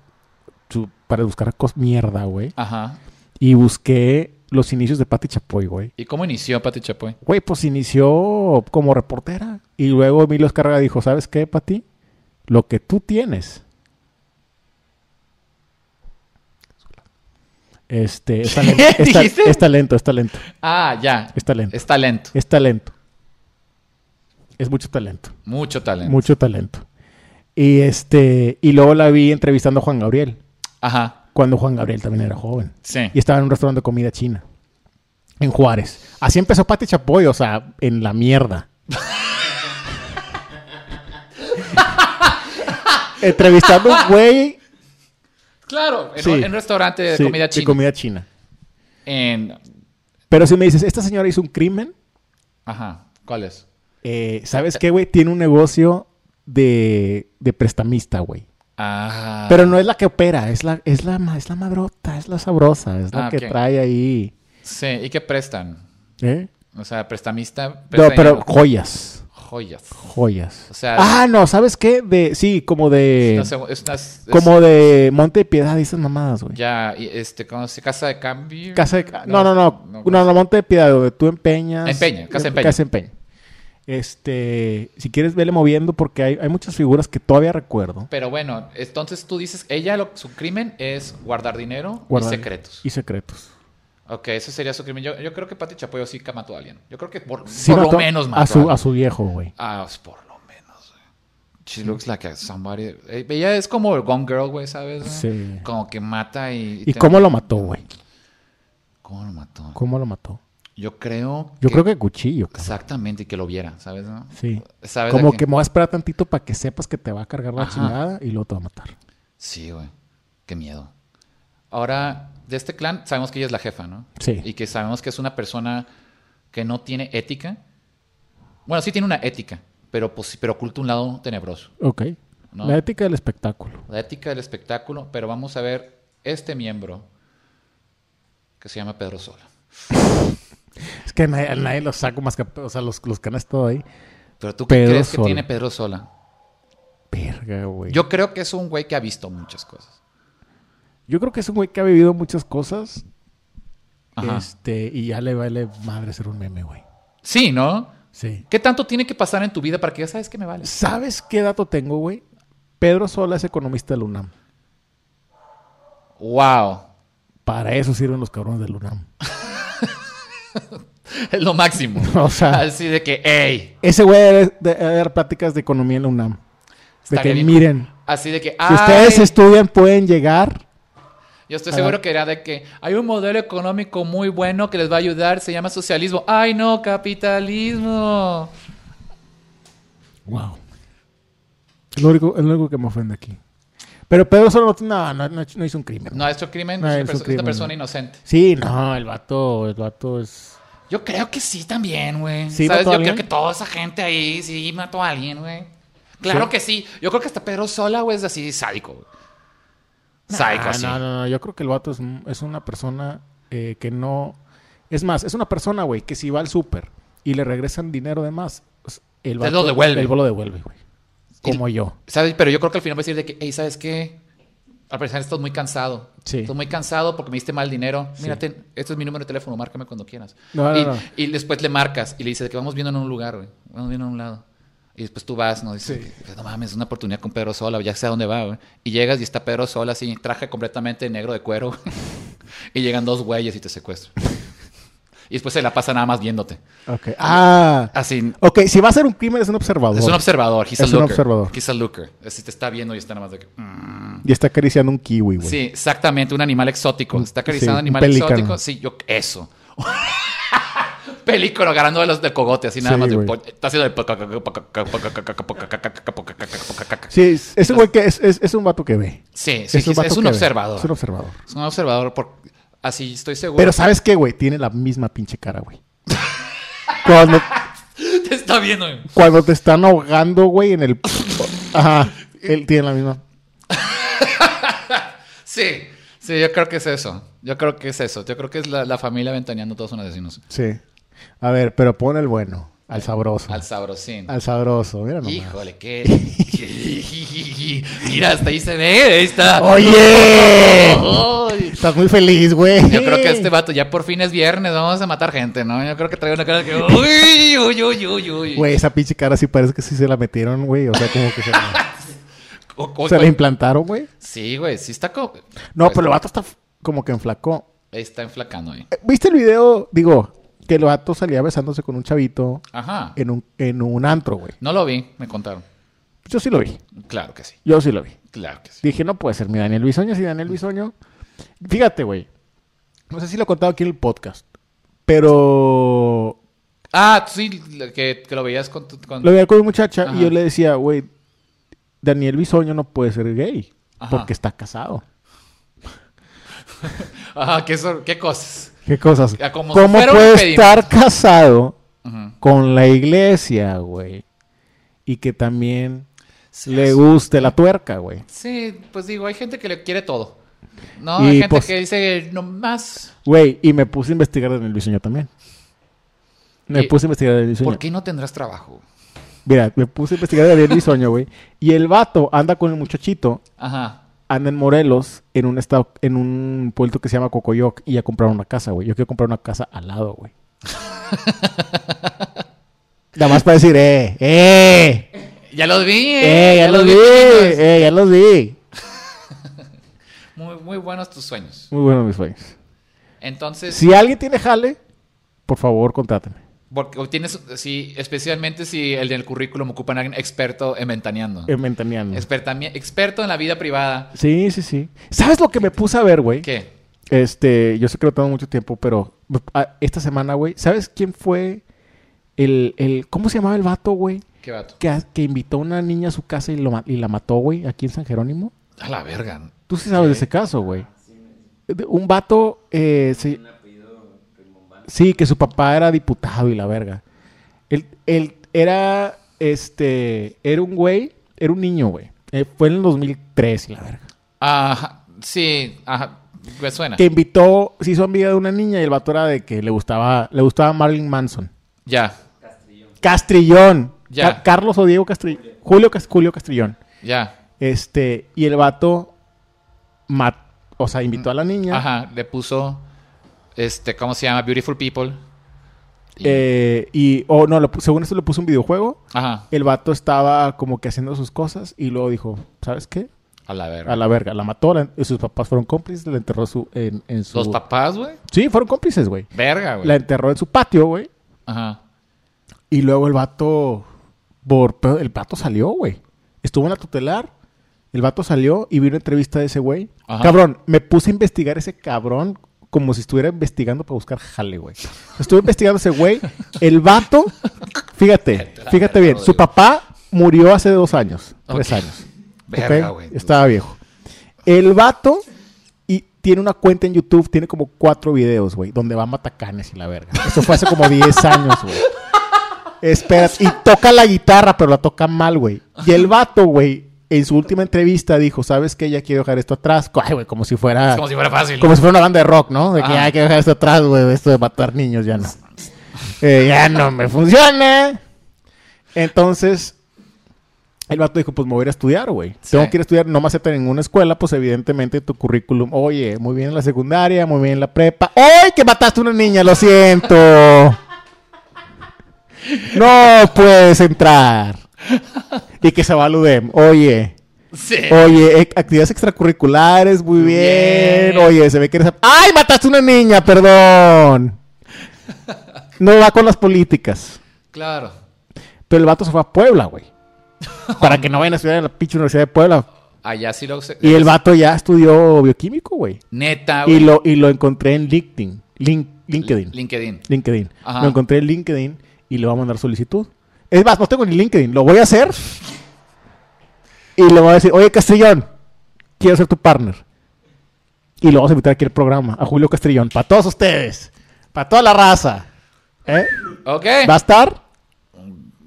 su- para buscar cos mierda, güey. Ajá. Y busqué los inicios de Pati Chapoy, güey. ¿Y cómo inició Pati Chapoy? Güey, pues inició como reportera. Y luego Emilio Escarga dijo, ¿sabes qué, Pati? Lo que tú tienes. Este, está lento, está, ¿Dijiste? está lento, está lento, Ah, ya. es talento, Es talento. es talento. Es mucho talento, Mucho talento. mucho talento. Y este, y luego la vi entrevistando a Juan Gabriel, Ajá. cuando Juan Gabriel también era joven. Sí. Y estaba en un restaurante de comida china. En Juárez. Así empezó Pati Chapoy, o sea, en la mierda. Entrevistando a un güey Claro. En, Sí. un, en un restaurante de sí, comida china. de comida china. En... Pero si me dices, esta señora hizo un crimen, Ajá. ¿Cuál es? eh, ¿sabes qué, güey? Tiene un negocio de, de prestamista, güey. Ah. Pero no es la que opera, es la, es la, ma- es la madrota, es la sabrosa, es la Ah, que ok. trae ahí. Sí. ¿Y qué prestan? ¿Eh? O sea, prestamista. No, presta pero dinero. joyas. Joyas. Joyas. O sea- ah, no, ¿sabes qué? De, sí, como de. No sé, es una- es- eh, como de Monte de Piedad, esas mamadas, güey. Ya, y, este, ¿cómo se Casa de cambio. Casa de- No, no, no. No, no, Monte de Piedad, donde tú empeñas. Empeño, pues. casa de empeño. Casa de empeño. Este. Si quieres, vele moviendo porque hay, hay muchas figuras que todavía recuerdo. Pero bueno, entonces tú dices, ella, lo- su crimen es guardar dinero Guardar- y secretos. Y secretos. Ok, ese sería su crimen. Yo, yo creo que Pati Chapoyo sí que mató a alguien. Yo creo que por, Sí por mató lo menos mató a su, alguien. a su viejo, güey. Ah, pues, por lo menos, güey. She looks like a somebody. Eh, Ella es como Gone Girl, güey, ¿sabes? güey? Sí. Como que mata y. ¿Y te- cómo lo mató, güey? ¿Cómo lo mató? ¿Cómo lo mató? Yo creo. Yo creo que cuchillo, cabrón. Exactamente, y que lo viera, ¿sabes? no? Sí. ¿Sabes Como a que qué? me voy a esperar tantito para que sepas que te va a cargar la Ajá. chingada y luego te va a matar. Sí, güey. Qué miedo. Ahora, de este clan, sabemos que ella es la jefa, ¿no? Sí. Y que sabemos que es una persona que no tiene ética. Bueno, sí tiene una ética, pero, pues, pero oculta un lado tenebroso. Ok. No. La ética del espectáculo. La ética del espectáculo, pero vamos a ver este miembro que se llama Pedro Sola. Es que a nadie, a nadie los saco más que... O sea, los, los que han estado ahí. Pero tú qué Pedro crees que Sola. tiene Pedro Sola? Verga, güey. Yo, Yo creo que es un güey que ha visto muchas cosas. yo creo que es un güey que ha vivido muchas cosas. Ajá. Este... Y ya le vale madre ser un meme, güey. Sí, ¿no? Sí. ¿Qué tanto tiene que pasar en tu vida para que ya sabes que me vale? ¿Sabes qué dato tengo, güey? Pedro Sola es economista del UNAM. ¡Wow! Para eso sirven los cabrones del UNAM. Es lo máximo. O sea- Así de que, ¡ey! Ese güey debe debe dar pláticas de economía en la UNAM. De Está que bien. miren, Así de que, si ¡ay! ustedes estudian pueden llegar Yo estoy Ah. seguro que era de que hay un modelo económico muy bueno que les va a ayudar, se llama socialismo. ¡Ay, no, capitalismo! Wow. Es lo único, es lo único que me ofende aquí. Pero Pedro solo no, no, no, no hizo un crimen. No, esto es crimen, No, es, una es un perso- es una crimen, persona no. inocente. Sí, no, el vato, el vato es. Yo creo que sí también, güey. ¿Sí ¿Sabes? Yo mató a creo alguien? que toda esa gente ahí sí mató a alguien, güey. Claro que sí. Yo creo que hasta Pedro Sola, güey, es así sádico. güey. Sádico, Ah, sí. no, no, no, yo creo que el vato es, un- es una persona eh, que no. Es más, es una persona, güey, que si va al súper y le regresan dinero de más, el Te vato lo devuelve. El lo devuelve, güey. Como yo. ¿Sabes? Pero yo creo que al final va a decir de que, hey, ¿sabes qué? Al parecer estás muy cansado. Sí. Estás muy cansado porque me diste mal dinero. Mírate, este es mi número de teléfono, márcame cuando quieras. No, no, y, no. y después le marcas y le dices de que vamos viendo en un lugar, güey. Vamos viendo en un lado. Y después tú vas, ¿no? Dices, "Pues, no mames, es una oportunidad con Pedro Sola, ya sé a dónde va, güey. Y llegas y está Pedro Sola así, traje completamente negro de cuero. güey. y llegan dos güeyes y te secuestran. y después se la pasa nada más viéndote. Ok. Ah. Así, Ok, si va a ser un crimen, es un observador. es un observador, he's a Es un looker. observador. He's a looker. Así te está viendo y está nada más de que... "Mm". Y está acariciando un kiwi, güey. Sí, exactamente, un animal exótico. Está acariciando un sí, un animal pelícano. exótico. Sí, yo, eso. Pelícano agarrando de los del cogote, así nada Sí, más. de- güey. Está haciendo el. Sí, es, es un güey que es, es- es un vato que ve. Sí, sí, es, vato es un que ve. observador. Es un observador. Es un observador. por- Así estoy seguro. Pero ¿sabes qué, güey? Tiene la misma pinche cara, güey. Cuando, Te está viendo. güey. cuando te están ahogando, güey, en el... Ajá. Él tiene la misma... Sí, sí, yo creo que es eso. Yo creo que es eso. Yo creo que es la, la familia ventaneando todos son asesinos. Sí. A ver, pero pon el bueno. Al sabroso. Al Al, sabrosín. Ah, sabroso. Mira nomás. Híjole, qué. Mira, hasta ahí se ve. Ahí está. ¡Oye! Ay. Estás muy feliz, güey. Yo creo que este vato ya por fin es viernes, vamos a matar gente, ¿no? Yo creo que trae una cara que. Uy, uy, uy, uy, uy. Güey, esa pinche cara sí parece que sí se la metieron, güey. O sea, como que se la, O- o- se la implantaron, güey. Sí, güey, sí está co- No, Pues- pero el vato está f- como que enflacó. está enflacando ahí. Eh, ¿Viste el video? Digo, que el vato salía besándose con un chavito Ajá. en un, en un antro, güey. No lo vi, me contaron. Yo sí lo vi. Claro que sí, Yo sí lo vi. claro que sí. Dije, no puede ser mi Daniel Bisoño. Si Daniel Bisoño. Fíjate, güey. No sé si lo he contado aquí en el podcast. Pero Ah, sí, lo que, que lo veías con. tu- con- Lo veía con mi muchacha Ajá. y yo le decía, güey, Daniel Bisoño no puede ser gay Ajá. porque está casado. Ajá, qué, sor- qué cosas. ¿Qué cosas? Ah, como ¿Cómo fuera un puede impedimento. estar casado Ujú. con la iglesia, güey? Y que también Sí, le sí. guste la tuerca, güey. Sí, pues digo, hay gente que le quiere todo. No, Y, hay gente pues- que dice, no más. Güey, y me puse a investigar a Daniel Bisoño también. Me Y- puse a investigar a Daniel Bisoño. ¿Por qué no tendrás trabajo? Mira, me puse a investigar a Daniel Bisoño, güey. Y el vato anda con el muchachito, Ajá. anda en Morelos, en un estado, en un puerto que se llama Cocoyoc, y ya compraron una casa, güey. Yo quiero comprar una casa al lado, güey. Nada más para decir, eh, eh, Ya los vi, eh, eh, ya los vi, chinos. eh, ya los vi. Muy, muy buenos tus sueños. Muy bueno, mis sueños. Entonces, Si alguien tiene jale, por favor, contrátame. porque tienes, sí, especialmente si el del currículum ocupan a alguien experto en ventaneando. En Ventaneando. Expertami- experto en la vida privada. Sí, sí, sí. ¿Sabes lo que me puse a ver, güey? ¿Qué? Este, yo sé que lo tengo mucho tiempo, pero ah, esta semana, güey, ¿sabes quién fue el, el, cómo se llamaba el vato, güey? ¿Qué vato? que, que invitó a una niña a su casa y, lo ma- y la mató, güey, aquí en San Jerónimo. A la verga. Tú sí sabes de ese caso, güey. De- Un vato, eh, sí, sí, que su papá era diputado y la verga. Él, él era, este, era un güey, era un niño, güey. Eh, fue en el 2003 y la verga. Ajá. Sí, ajá. Me suena. Que invitó, se hizo amiga de una niña y el vato era de que le gustaba, le gustaba Marilyn Manson. Ya, Castrillón. Ya. Ca- Carlos o Diego Castrillón. Julio, Cas- Julio Castrillón. ya. Este, y el vato mat- o sea, invitó a la niña. Ajá. Le puso, este, ¿cómo se llama? Beautiful People. Y- eh, y, o no, lo pu- según esto le puso un videojuego. Ajá. El vato estaba como que haciendo sus cosas y luego dijo, ¿sabes qué? A la verga. A la verga, la mató, la- sus papás fueron cómplices, la enterró su, en, en su... Los papás, güey. Sí, fueron cómplices, güey. Verga, güey. La enterró en su patio, güey. Ajá. Y luego el vato, por, pero el vato salió, güey. Estuvo en la tutelar, el vato salió y vi una entrevista de ese güey. Ajá. Cabrón, me puse a investigar ese cabrón como si estuviera investigando para buscar jale, güey. Estuve investigando ese güey. El vato, fíjate, fíjate bien, su papá murió hace dos años, tres Ok. años. Verga, ¿ok? güey. Estaba viejo. El vato y tiene una cuenta en YouTube, tiene como cuatro videos, güey, donde va a matacanes y la verga. Eso fue hace como 10 años, güey. Espera, y toca la guitarra, pero la toca mal, güey. Y el vato, güey, en su última entrevista dijo, ¿sabes qué? Ya quiero dejar esto atrás. Ay, güey, como si fuera... Es como si fuera fácil. Como si fuera una banda de rock, ¿no? De que Ajá. "Ay, hay que dejar esto atrás, güey. Esto de matar niños ya no. Eh, ya no me funciona. Entonces, el vato dijo, pues me voy a ir a estudiar, güey. Sí. Tengo que ir a estudiar, no me aceptan en ninguna escuela, pues evidentemente tu currículum, oye, muy bien en la secundaria, muy bien en la prepa. ¡Ay, que mataste a una niña! Lo siento. No puedes entrar. Y que se va al UDEM. Oye, Sí. Oye, eh, actividades extracurriculares, muy bien. Bien. Oye, se ve que eres... ¡Ay, mataste a una niña! Perdón. No va con las políticas. Claro. Pero el vato se fue a Puebla, güey. Para que no vayan a estudiar en la pinche Universidad de Puebla. Allá sí lo sé. Y el vato ya estudió bioquímico, Ah, güey. Neta, Y güey. lo, y lo encontré en LinkedIn. Link- LinkedIn. LinkedIn. LinkedIn. Ajá. Lo encontré en LinkedIn y le voy a mandar solicitud. Es más, no tengo ni LinkedIn. Lo voy a hacer. Y le voy a decir, oye Castrillón, quiero ser tu partner. Y lo vamos a invitar aquí al programa, a Julio Castrillón, para todos ustedes, para toda la raza. ¿eh? Ok. Va a estar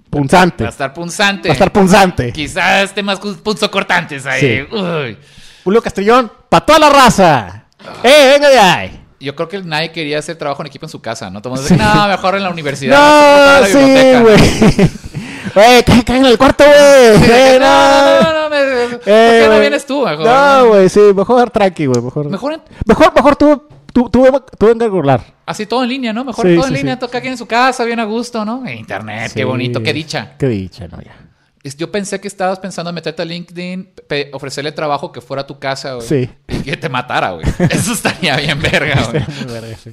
punzante. Va a estar punzante. Este, Va a estar punzante. Quizás temas cu- punzocortantes ahí. Sí. Uy. Julio Castrillón, para toda la raza. Ah. ¡Eh, venga de ahí! Yo creo que nadie quería hacer trabajo en equipo en su casa, ¿no? Todos Sí. dicen, no, mejor en la universidad. mejor en No, ah, la sí, biblioteca". güey. Güey, que caigan en el cuarto, güey. Sí, Eh, de que, no, no. no, no, me- ¿por Eh, qué no güey. vienes tú mejor? No, güey, sí, mejor tranqui, güey. Mejor, mejor, Mejor en- mejor, tú, tú, tú, tú venga a burlar. así todo en línea, ¿no? Mejor Sí, todo en sí, línea, sí. toca aquí en su casa, bien a gusto, ¿no? E Internet, qué Sí. bonito, qué dicha. Qué dicha, no, ya. Es- Yo pensé que estabas pensando en meterte a LinkedIn, pe- ofrecerle trabajo que fuera a tu casa, güey. Sí. Y que te matara, güey. Eso estaría bien verga, güey. Muy verga, sí.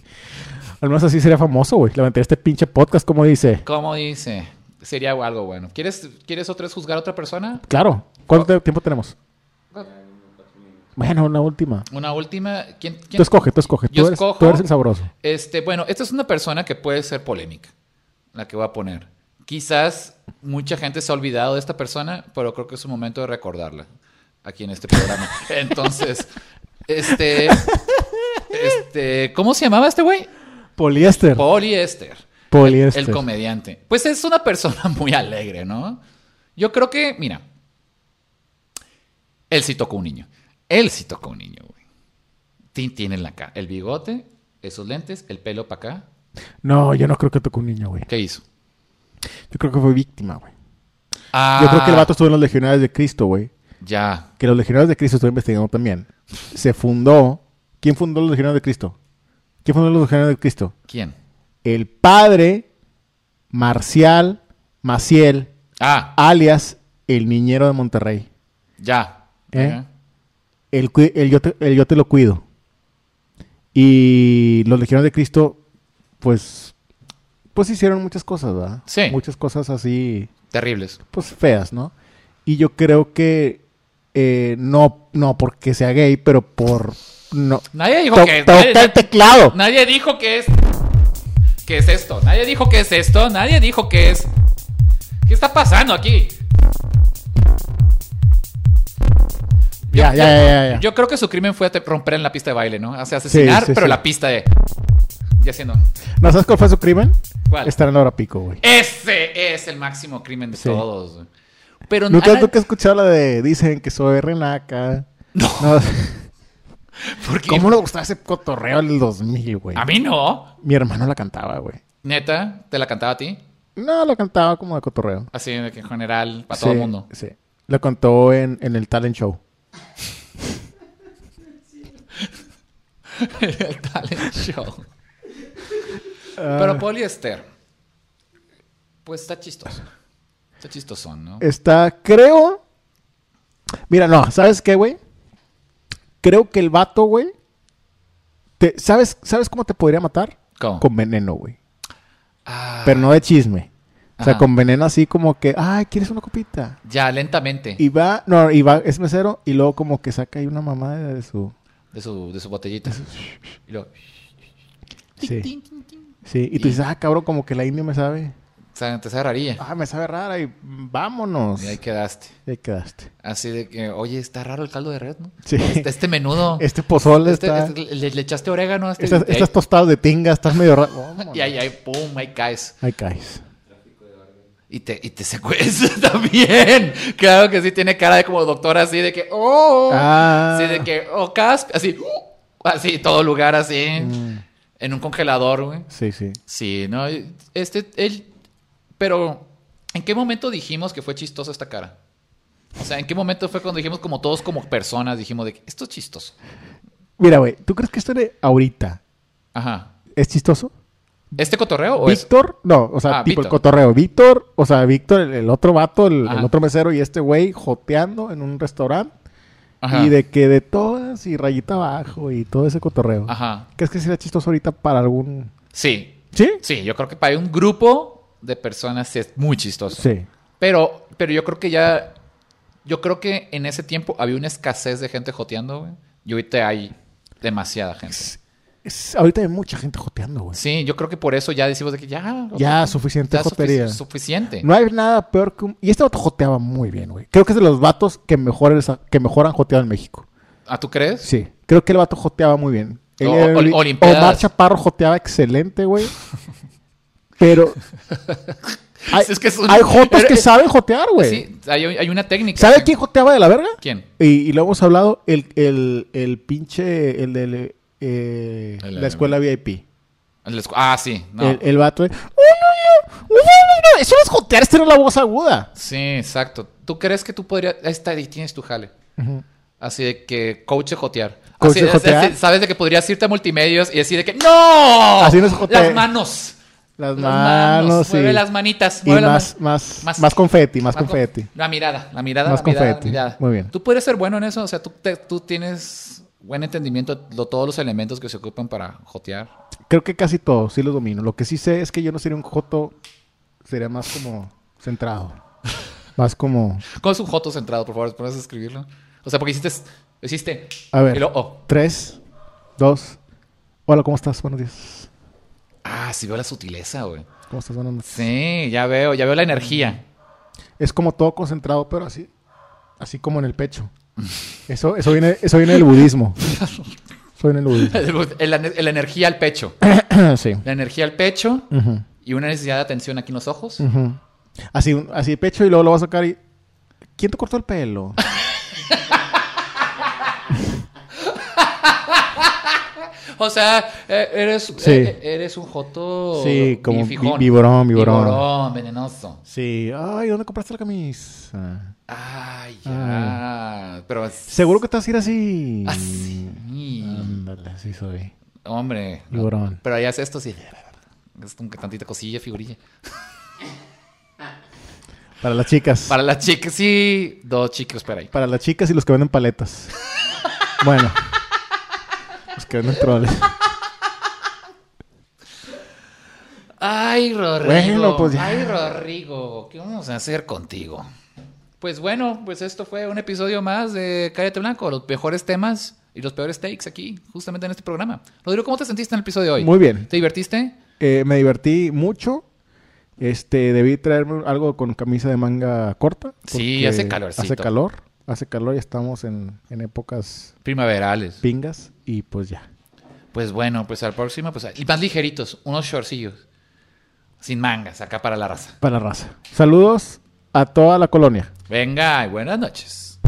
Al menos así sería famoso, güey. Levanté este pinche podcast, como dice. ¿Cómo dice? Sería algo bueno. ¿Quieres, ¿quieres otra vez juzgar a otra persona? Claro. ¿Cuánto Oh. te- tiempo tenemos? Bueno, una última. Una última. ¿Quién, quién? Tú escoge, tú escoge. Yo Tú eres, escojo. tú eres el sabroso. Este, bueno, esta es una persona que puede ser polémica, la que voy a poner. Quizás mucha gente se ha olvidado de esta persona, pero creo que es un momento de recordarla aquí en este programa. Entonces, este, este, ¿cómo se llamaba este güey? Poliéster. Poliéster. Poliéster. El comediante. Pues es una persona muy alegre, ¿no? Yo creo que, mira, él sí tocó un niño. Él sí tocó un niño, güey. Ti- Tiene la ca- el bigote, esos lentes, el pelo para acá. No, yo no creo que tocó un niño, güey. ¿Qué hizo? Yo creo que fue víctima, güey. Ah, Yo creo que el vato estuvo en los Legionarios de Cristo, güey. Ya. Que los Legionarios de Cristo estoy investigando también. Se fundó. ¿Quién fundó los Legionarios de Cristo? ¿Quién fundó los Legionarios de Cristo? ¿Quién? El padre Marcial Maciel, Ah, alias el niñero de Monterrey. ya. ¿Eh? Ajá. El, cui- el yo, te, el yo te lo cuido. Y los Legionarios de Cristo, pues, pues hicieron muchas cosas, ¿verdad? Sí. Muchas cosas así. Terribles. pues feas, ¿no? Y yo creo que eh, no, no porque sea gay, pero por no Nadie dijo To- que. toca nadie- el teclado. Nadie dijo que es. ¿Qué es esto? Nadie dijo que es esto. Nadie dijo que es. ¿Qué está pasando aquí? Ya, Yo- Ah, ya, yo- ya, ya, ya. Yo creo que su crimen fue te- romper en la pista de baile, ¿no? O sea, asesinar, Sí, sí, pero sí. la pista de. Y haciendo. ¿No sabes cuál fue su crimen? ¿Cuál? Eh, Estar en la hora pico, güey. Ese es el máximo crimen de Sí. todos. güey. Pero ¿Nunca, Ana- nunca he escuchado la de dicen que soy renaca? No. No, ¿por qué? ¿Cómo nos gustaba ese cotorreo del 2000, güey? A mí no. Mi hermano la cantaba, güey. Neta, te la cantaba a ti. No, la cantaba como de cotorreo. Así de que en general, para Sí, todo el mundo. Sí. La contó en, en el talent show. el talent show. Ah. Pero poliéster. Pues está chistoso. Está chistosón, Eh, ¿no? Está, creo. Mira, no, ¿sabes qué, güey? Creo que el vato, güey. te- ¿sabes, ¿Sabes cómo te podría matar? ¿Cómo? Con veneno, güey. Ah, Pero no de chisme. O sea, Ajá. con veneno así como que, ay, ¿quieres una copita? ya, lentamente. Y va, no, y va, es mesero, y luego como que saca ahí una mamá de su. De, su, de su botellita. Y luego, Sí. Sí. Y tú dices, ah, cabrón, como que la india me sabe. o sea, te sabe rarilla. Ah, me sabe rara, y vámonos. Y ahí quedaste. Y ahí quedaste. Así de que, oye, está raro el caldo de red, ¿no? Sí. Este, este menudo. Este pozole Este- está. este- le, le echaste orégano a este. Estas, y ahí- estas tostadas de tinga, estás medio raro. Vámonos. y ahí, ahí, pum, ahí caes. Ahí caes. Y te, y te secuestras también. Claro que sí, tiene cara de como doctora así de que, oh. Ah. Así de que, oh, casp, así, uh, así, todo lugar así. Mm. En un congelador, güey. Sí, sí. Sí, no, este, él. Pero, ¿en qué momento dijimos que fue chistosa esta cara? O sea, ¿en qué momento fue cuando dijimos, como todos como personas, dijimos de que esto es chistoso? Mira, güey, ¿tú crees que esto de ahorita Ajá. es chistoso? ¿Este cotorreo o es.? Víctor, no, o sea, Ah, tipo el Víctor. cotorreo. Víctor, o sea, Víctor, el, el otro vato, el, Ajá. el otro mesero y este güey joteando en un restaurante. Ajá. Y de que de todas y rayita abajo y todo ese cotorreo. Ajá. ¿Crees que sería chistoso ahorita para algún. Sí. ¿Sí? Sí, yo creo que para un grupo de personas sí es muy chistoso. Sí. Pero, pero yo creo que ya. Yo creo que en ese tiempo había una escasez de gente joteando, güey. Y ahorita hay demasiada gente. Es- ahorita hay mucha gente joteando, güey. Sí, yo creo que por eso ya decimos de que ya. o sea, Ya, suficiente ya es sufici- jotería. suficiente. No hay nada peor que un... Y este vato joteaba muy bien, güey. Creo que es de los vatos que, mejor que mejor han joteado en México. ¿Ah, tú crees? Sí, creo que el vato joteaba muy bien. Él O- era o- el- Olimpiadas. Omar Chaparro joteaba excelente, güey. Pero. Hay, Es que es un- hay jotos que Pero- saben jotear, güey. Sí, hay, hay una técnica. ¿Sabe Sí. quién joteaba de la verga? ¿Quién? Y, y lo hemos hablado, el, el, el pinche. El del. eh, El- la escuela VIP. El escu- Ah, sí. No. El, el vato. de, "Oh, no, no, no, no, no, Eso no es jotear, es tener la voz aguda. Sí, exacto. ¿Tú crees que tú podrías... Ahí está, ahí tienes tu jale. Así de que coach de jotear. Coach Así- de jotear. así- sabes de que podrías irte a multimedios y decir de que ¡No! Así no es jotear. Las manos. Las manos. y- Mueve las manitas. Y mueve las más, manos. más, más, confeti, más con- confeti. La mirada, la mirada. Más la mirada, confeti. la mirada. Muy bien. Tú puedes ser bueno en eso. O sea, tú, te- tú tienes buen entendimiento de lo- todos los elementos que se ocupan para jotear. Creo que casi todo, sí los domino. Lo que sí sé es que yo no sería un joto, sería más como centrado. Más como. ¿Cuál es un joto centrado, por favor? ¿Puedes escribirlo? O sea, porque hiciste... Hiciste... A ver. y luego, oh. Tres, dos. Hola, ¿cómo estás? Buenos días. Ah, sí veo la sutileza, güey. ¿Cómo estás? Buenas noches. Sí, ya veo, ya veo la energía. Es como todo concentrado, pero así. Así como en el pecho. Eso, eso, viene, eso viene del budismo. Eso viene del budismo. La energía al pecho. sí. La energía al pecho Ujú, y una necesidad de atención aquí en los ojos. ujú. Así, un- así de pecho y luego lo vas a sacar y. ¿Quién te cortó el pelo? O sea, eh, eres, Sí. eh, eres un joto. Sí, como bifijón. vi- viborón, viborón. Viborón, venenoso. Sí. Ay, ¿dónde compraste la camisa? Ay, ya. Pero. es- Seguro que Mm. te vas a ir así. Así. Ándale, así soy. Ah. Hombre. no. Llorón. Pero ahí hace esto sí. Es como que tantita cosilla, figurilla. Para las chicas. Para, Para las chicas, sí. Dos chicos, para ahí. las chicas y los que venden paletas. bueno. Los que venden troles. Ay, Rodrigo. Bueno, pues ya. Ay, Rodrigo, ¿qué vamos a hacer contigo? Pues bueno, pues esto fue un episodio más de Cállate Blanco, los mejores temas y los peores takes aquí, justamente en este programa. Rodrigo, ¿cómo te sentiste en el episodio de hoy? Muy bien. ¿Te divertiste? Eh, me divertí mucho. Este, debí traerme algo con camisa de manga corta. Sí, porque hace calorcito. Hace calor. Hace calor y estamos en, en épocas Primaverales. pingas. Y pues ya. Pues bueno, pues al próximo, pues y más ligeritos, unos shortcillos. Sin mangas, acá para la raza. Para la raza. Saludos a toda la colonia. Venga, y buenas noches.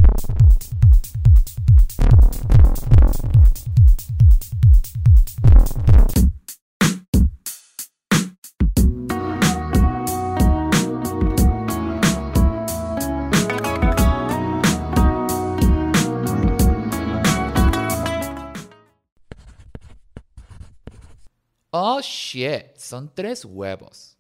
Oh shit, son tres huevos.